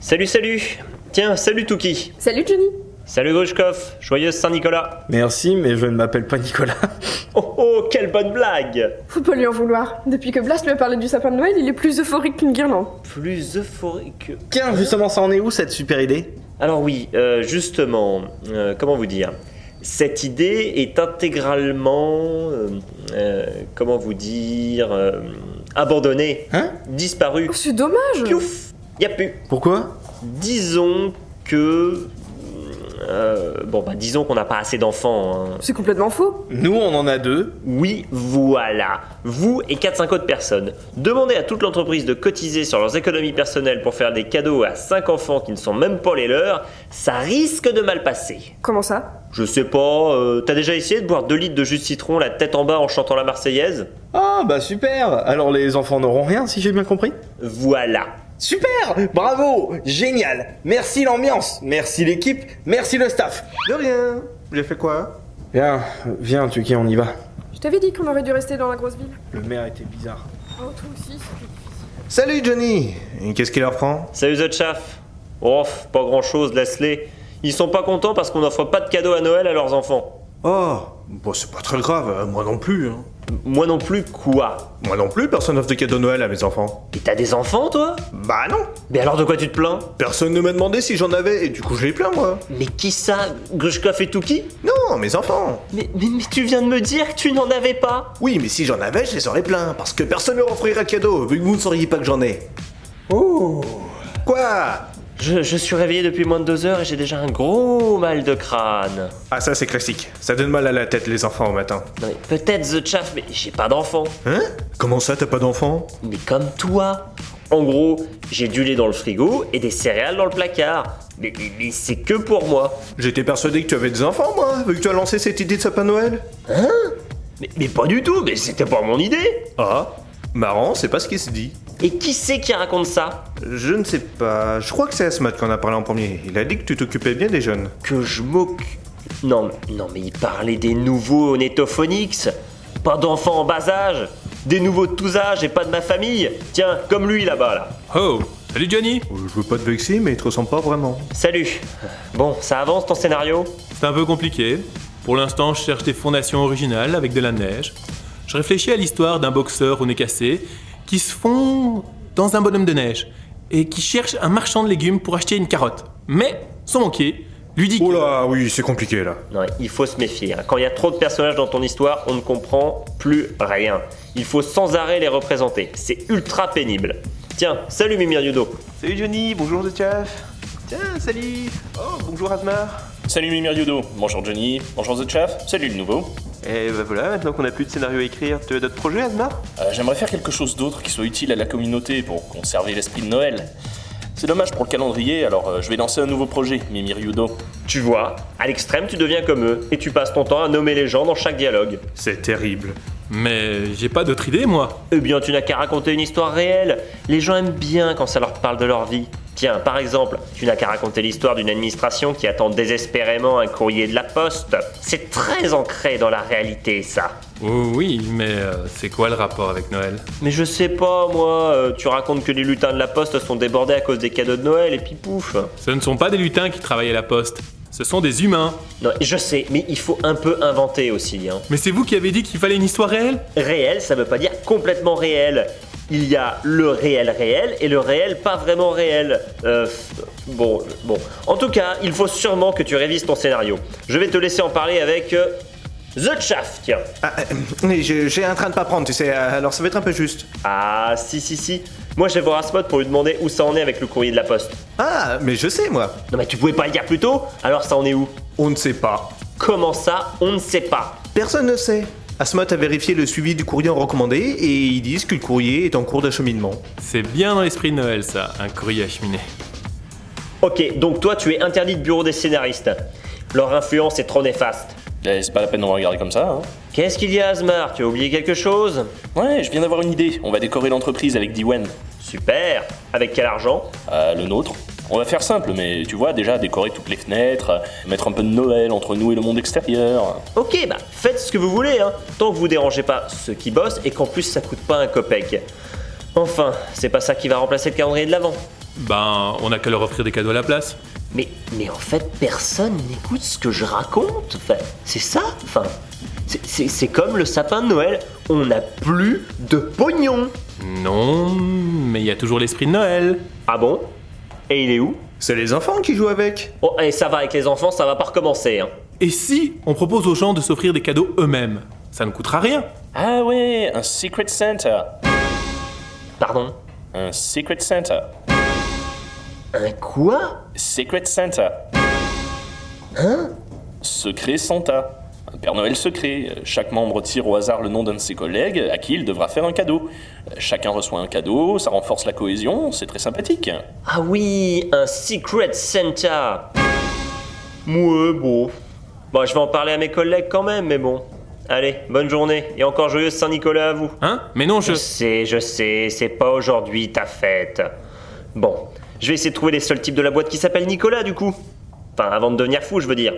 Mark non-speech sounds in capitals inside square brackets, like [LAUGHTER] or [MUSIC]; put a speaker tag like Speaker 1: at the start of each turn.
Speaker 1: Salut, salut Tiens, salut Touki
Speaker 2: Salut Johnny
Speaker 1: Salut Grushkov Joyeuse Saint-Nicolas
Speaker 3: Merci, mais je ne m'appelle pas Nicolas.
Speaker 1: Oh oh, quelle bonne blague
Speaker 2: Faut pas lui en vouloir. Depuis que Blas lui a parlé du sapin de Noël, il est plus euphorique qu'une guirlande.
Speaker 1: Plus euphorique.
Speaker 3: [LAUGHS] Tiens, justement, ça en est où cette super idée
Speaker 1: Alors oui, euh, justement, euh, comment vous dire Cette idée est intégralement, euh, euh, comment vous dire, euh, abandonnée,
Speaker 3: Hein
Speaker 1: disparue.
Speaker 2: Oh, c'est dommage
Speaker 1: Piouf Y a plus.
Speaker 3: Pourquoi
Speaker 1: Disons que... euh, bon bah disons qu'on n'a pas assez d'enfants. hein.
Speaker 2: C'est complètement faux.
Speaker 3: Nous, on en a deux.
Speaker 1: Oui, voilà. Vous et 4-5 autres personnes. Demandez à toute l'entreprise de cotiser sur leurs économies personnelles pour faire des cadeaux à 5 enfants qui ne sont même pas les leurs, ça risque de mal passer.
Speaker 2: Comment ça
Speaker 1: Je sais pas, euh, t'as déjà essayé de boire 2 litres de jus de citron la tête en bas en chantant la Marseillaise
Speaker 3: Ah, bah super Alors les enfants n'auront rien, si j'ai bien compris
Speaker 1: Voilà.
Speaker 3: Super Bravo Génial Merci l'ambiance Merci l'équipe Merci le staff
Speaker 4: De rien J'ai fait quoi
Speaker 3: Viens, viens, Tuki, on y va.
Speaker 2: Je t'avais dit qu'on aurait dû rester dans la grosse ville.
Speaker 3: Le maire était bizarre.
Speaker 2: Oh, toi aussi,
Speaker 4: Salut Johnny Et Qu'est-ce qu'il leur prend
Speaker 1: Salut The Chaff. Oh, pas grand chose, laisse-les. Ils sont pas contents parce qu'on n'offre pas de cadeaux à Noël à leurs enfants.
Speaker 4: Oh Bon, c'est pas très grave, euh, moi non plus. hein.
Speaker 1: Moi non plus, quoi
Speaker 4: Moi non plus, personne n'offre de cadeau de Noël à mes enfants.
Speaker 1: Mais t'as des enfants, toi
Speaker 4: Bah non
Speaker 1: Mais alors de quoi tu te plains
Speaker 4: Personne ne m'a demandé si j'en avais, et du coup je les plains, moi.
Speaker 1: Mais qui ça Grushkov et Tuki
Speaker 4: Non, mes enfants
Speaker 1: Mais, mais, mais tu viens de me dire que tu n'en avais pas
Speaker 4: Oui, mais si j'en avais, je les aurais plein, parce que personne ne leur offrira le cadeau, vu que vous ne sauriez pas que j'en ai. Oh Quoi
Speaker 1: je, je suis réveillé depuis moins de deux heures et j'ai déjà un gros mal de crâne.
Speaker 4: Ah ça c'est classique, ça donne mal à la tête les enfants au matin.
Speaker 1: Non mais peut-être The Chaff, mais j'ai pas d'enfant.
Speaker 4: Hein Comment ça t'as pas d'enfant
Speaker 1: Mais comme toi En gros, j'ai du lait dans le frigo et des céréales dans le placard. Mais, mais- mais c'est que pour moi.
Speaker 4: J'étais persuadé que tu avais des enfants moi, vu que tu as lancé cette idée de sapin de Noël.
Speaker 1: Mais, mais pas du tout, mais c'était pas mon idée
Speaker 4: Ah, marrant, c'est pas ce qui se dit.
Speaker 1: Et qui c'est qui raconte ça
Speaker 4: Je ne sais pas, je crois que c'est Asmat qu'on a parlé en premier. Il a dit que tu t'occupais bien des jeunes.
Speaker 1: Que je moque Non, non mais il parlait des nouveaux netophonics Pas d'enfants en bas âge Des nouveaux de tous âges et pas de ma famille Tiens, comme lui là-bas là
Speaker 5: Oh, salut Johnny
Speaker 4: Euh, Je veux pas te vexer, mais il te ressemble pas vraiment.
Speaker 1: Salut Bon, ça avance ton scénario
Speaker 5: C'est un peu compliqué. Pour l'instant, je cherche des fondations originales avec de la neige. Je réfléchis à l'histoire d'un boxeur au nez cassé qui se fond dans un bonhomme de neige et qui cherche un marchand de légumes pour acheter une carotte. Mais son banquier lui dit que-
Speaker 4: Oh là, oui, c'est compliqué là.
Speaker 1: Non, il faut se méfier. hein. Quand il y a trop de personnages dans ton histoire, on ne comprend plus rien. Il faut sans arrêt les représenter. C'est ultra pénible. Tiens, salut Mimir Yudo.
Speaker 6: Salut Johnny, bonjour The Chaff. Tiens, salut. Oh, bonjour Asmar.
Speaker 7: Salut Mimir Yodo, bonjour Johnny, bonjour The Chaff, salut le nouveau.
Speaker 6: Et bah voilà, maintenant qu'on a plus de scénario à écrire, tu as d'autres projets Asmar
Speaker 7: Euh, J'aimerais faire quelque chose d'autre qui soit utile à la communauté pour conserver l'esprit de Noël. C'est dommage pour le calendrier, alors euh, je vais lancer un nouveau projet, Mimir Yudo.
Speaker 1: Tu vois, à l'extrême, tu deviens comme eux et tu passes ton temps à nommer les gens dans chaque dialogue.
Speaker 4: C'est terrible.
Speaker 5: Mais j'ai pas d'autre idée, moi.
Speaker 1: Eh bien, tu n'as qu'à raconter une histoire réelle. Les gens aiment bien quand ça leur parle de leur vie. Tiens, par exemple, tu n'as qu'à raconter l'histoire d'une administration qui attend désespérément un courrier de la poste. C'est très ancré dans la réalité, ça.
Speaker 5: Oh oui, mais euh, c'est quoi le rapport avec Noël
Speaker 1: Mais je sais pas, moi, euh, tu racontes que les lutins de la poste sont débordés à cause des cadeaux de Noël et puis pouf.
Speaker 5: Ce ne sont pas des lutins qui travaillent à la poste. Ce sont des humains.
Speaker 1: Non, je sais, mais il faut un peu inventer aussi. Hein.
Speaker 5: Mais c'est vous qui avez dit qu'il fallait une histoire réelle
Speaker 1: Réel, ça veut pas dire complètement réel. Il y a le réel réel et le réel pas vraiment réel. Euh, bon, bon. En tout cas, il faut sûrement que tu révises ton scénario. Je vais te laisser en parler avec euh, The Chaff, tiens.
Speaker 4: Ah, euh, j'ai j'ai un train de pas prendre, tu sais, euh, alors ça va être un peu juste.
Speaker 1: Ah, si, si, si. Moi, je vais voir Asmod pour lui demander où ça en est avec le courrier de la poste.
Speaker 4: Ah, mais je sais moi.
Speaker 1: Non, mais tu pouvais pas le dire plus tôt Alors, ça en est où
Speaker 4: On ne sait pas.
Speaker 1: Comment ça On ne sait pas.
Speaker 4: Personne ne sait. Asmat a vérifié le suivi du courrier en recommandé et ils disent que le courrier est en cours d'acheminement.
Speaker 5: C'est bien dans l'esprit de Noël, ça, un courrier acheminé.
Speaker 1: Ok, donc toi, tu es interdit de bureau des scénaristes. Leur influence est trop néfaste.
Speaker 7: Eh, C'est pas la peine de me regarder comme ça. Hein.
Speaker 1: Qu'est-ce qu'il y a, Asmar Tu as oublié quelque chose
Speaker 7: Ouais, je viens d'avoir une idée, on va décorer l'entreprise avec Diwen.
Speaker 1: Super Avec quel argent
Speaker 7: Euh, le nôtre on va faire simple, mais tu vois, déjà décorer toutes les fenêtres, euh, mettre un peu de Noël entre nous et le monde extérieur.
Speaker 1: Ok, bah faites ce que vous voulez, hein, tant que vous dérangez pas ceux qui bossent et qu'en plus ça coûte pas un copec. Enfin, c'est pas ça qui va remplacer le calendrier de l'avant.
Speaker 5: Ben, on a qu'à leur offrir des cadeaux à la place.
Speaker 1: Mais, mais en fait, personne n'écoute ce que je raconte. Enfin, c'est ça. Enfin, c'est- c'est c'est comme le sapin de Noël. On n'a plus de pognon.
Speaker 5: Non, mais il y a toujours l'esprit de Noël.
Speaker 1: Ah bon Et il est où
Speaker 4: C'est les enfants qui jouent avec.
Speaker 1: Oh, et ça va avec les enfants, ça va pas recommencer. Hein.
Speaker 5: Et si on propose aux gens de s'offrir des cadeaux eux-mêmes Ça ne coûtera rien.
Speaker 7: Ah ouais, un Secret Santa.
Speaker 1: Pardon
Speaker 7: Un Secret Santa.
Speaker 1: Un quoi
Speaker 7: Secret Santa. Hein Secret Santa. Un Père Noël secret. Euh, Chaque membre tire au hasard le nom d'un de ses collègues à qui il devra faire un cadeau. Euh, Chacun reçoit un cadeau, ça renforce la cohésion, c'est très sympathique.
Speaker 1: Ah oui, un Secret Santa. Mouais, bon. Bon, je vais en parler à mes collègues quand même, mais bon. Allez, bonne journée et encore joyeuse Saint-Nicolas à vous.
Speaker 5: Hein Mais non, je...
Speaker 1: Je sais, je sais, c'est pas aujourd'hui ta fête. Bon, je vais essayer de trouver les seuls types de la boîte qui s'appellent Nicolas du coup. Enfin, avant de devenir fou, je veux dire.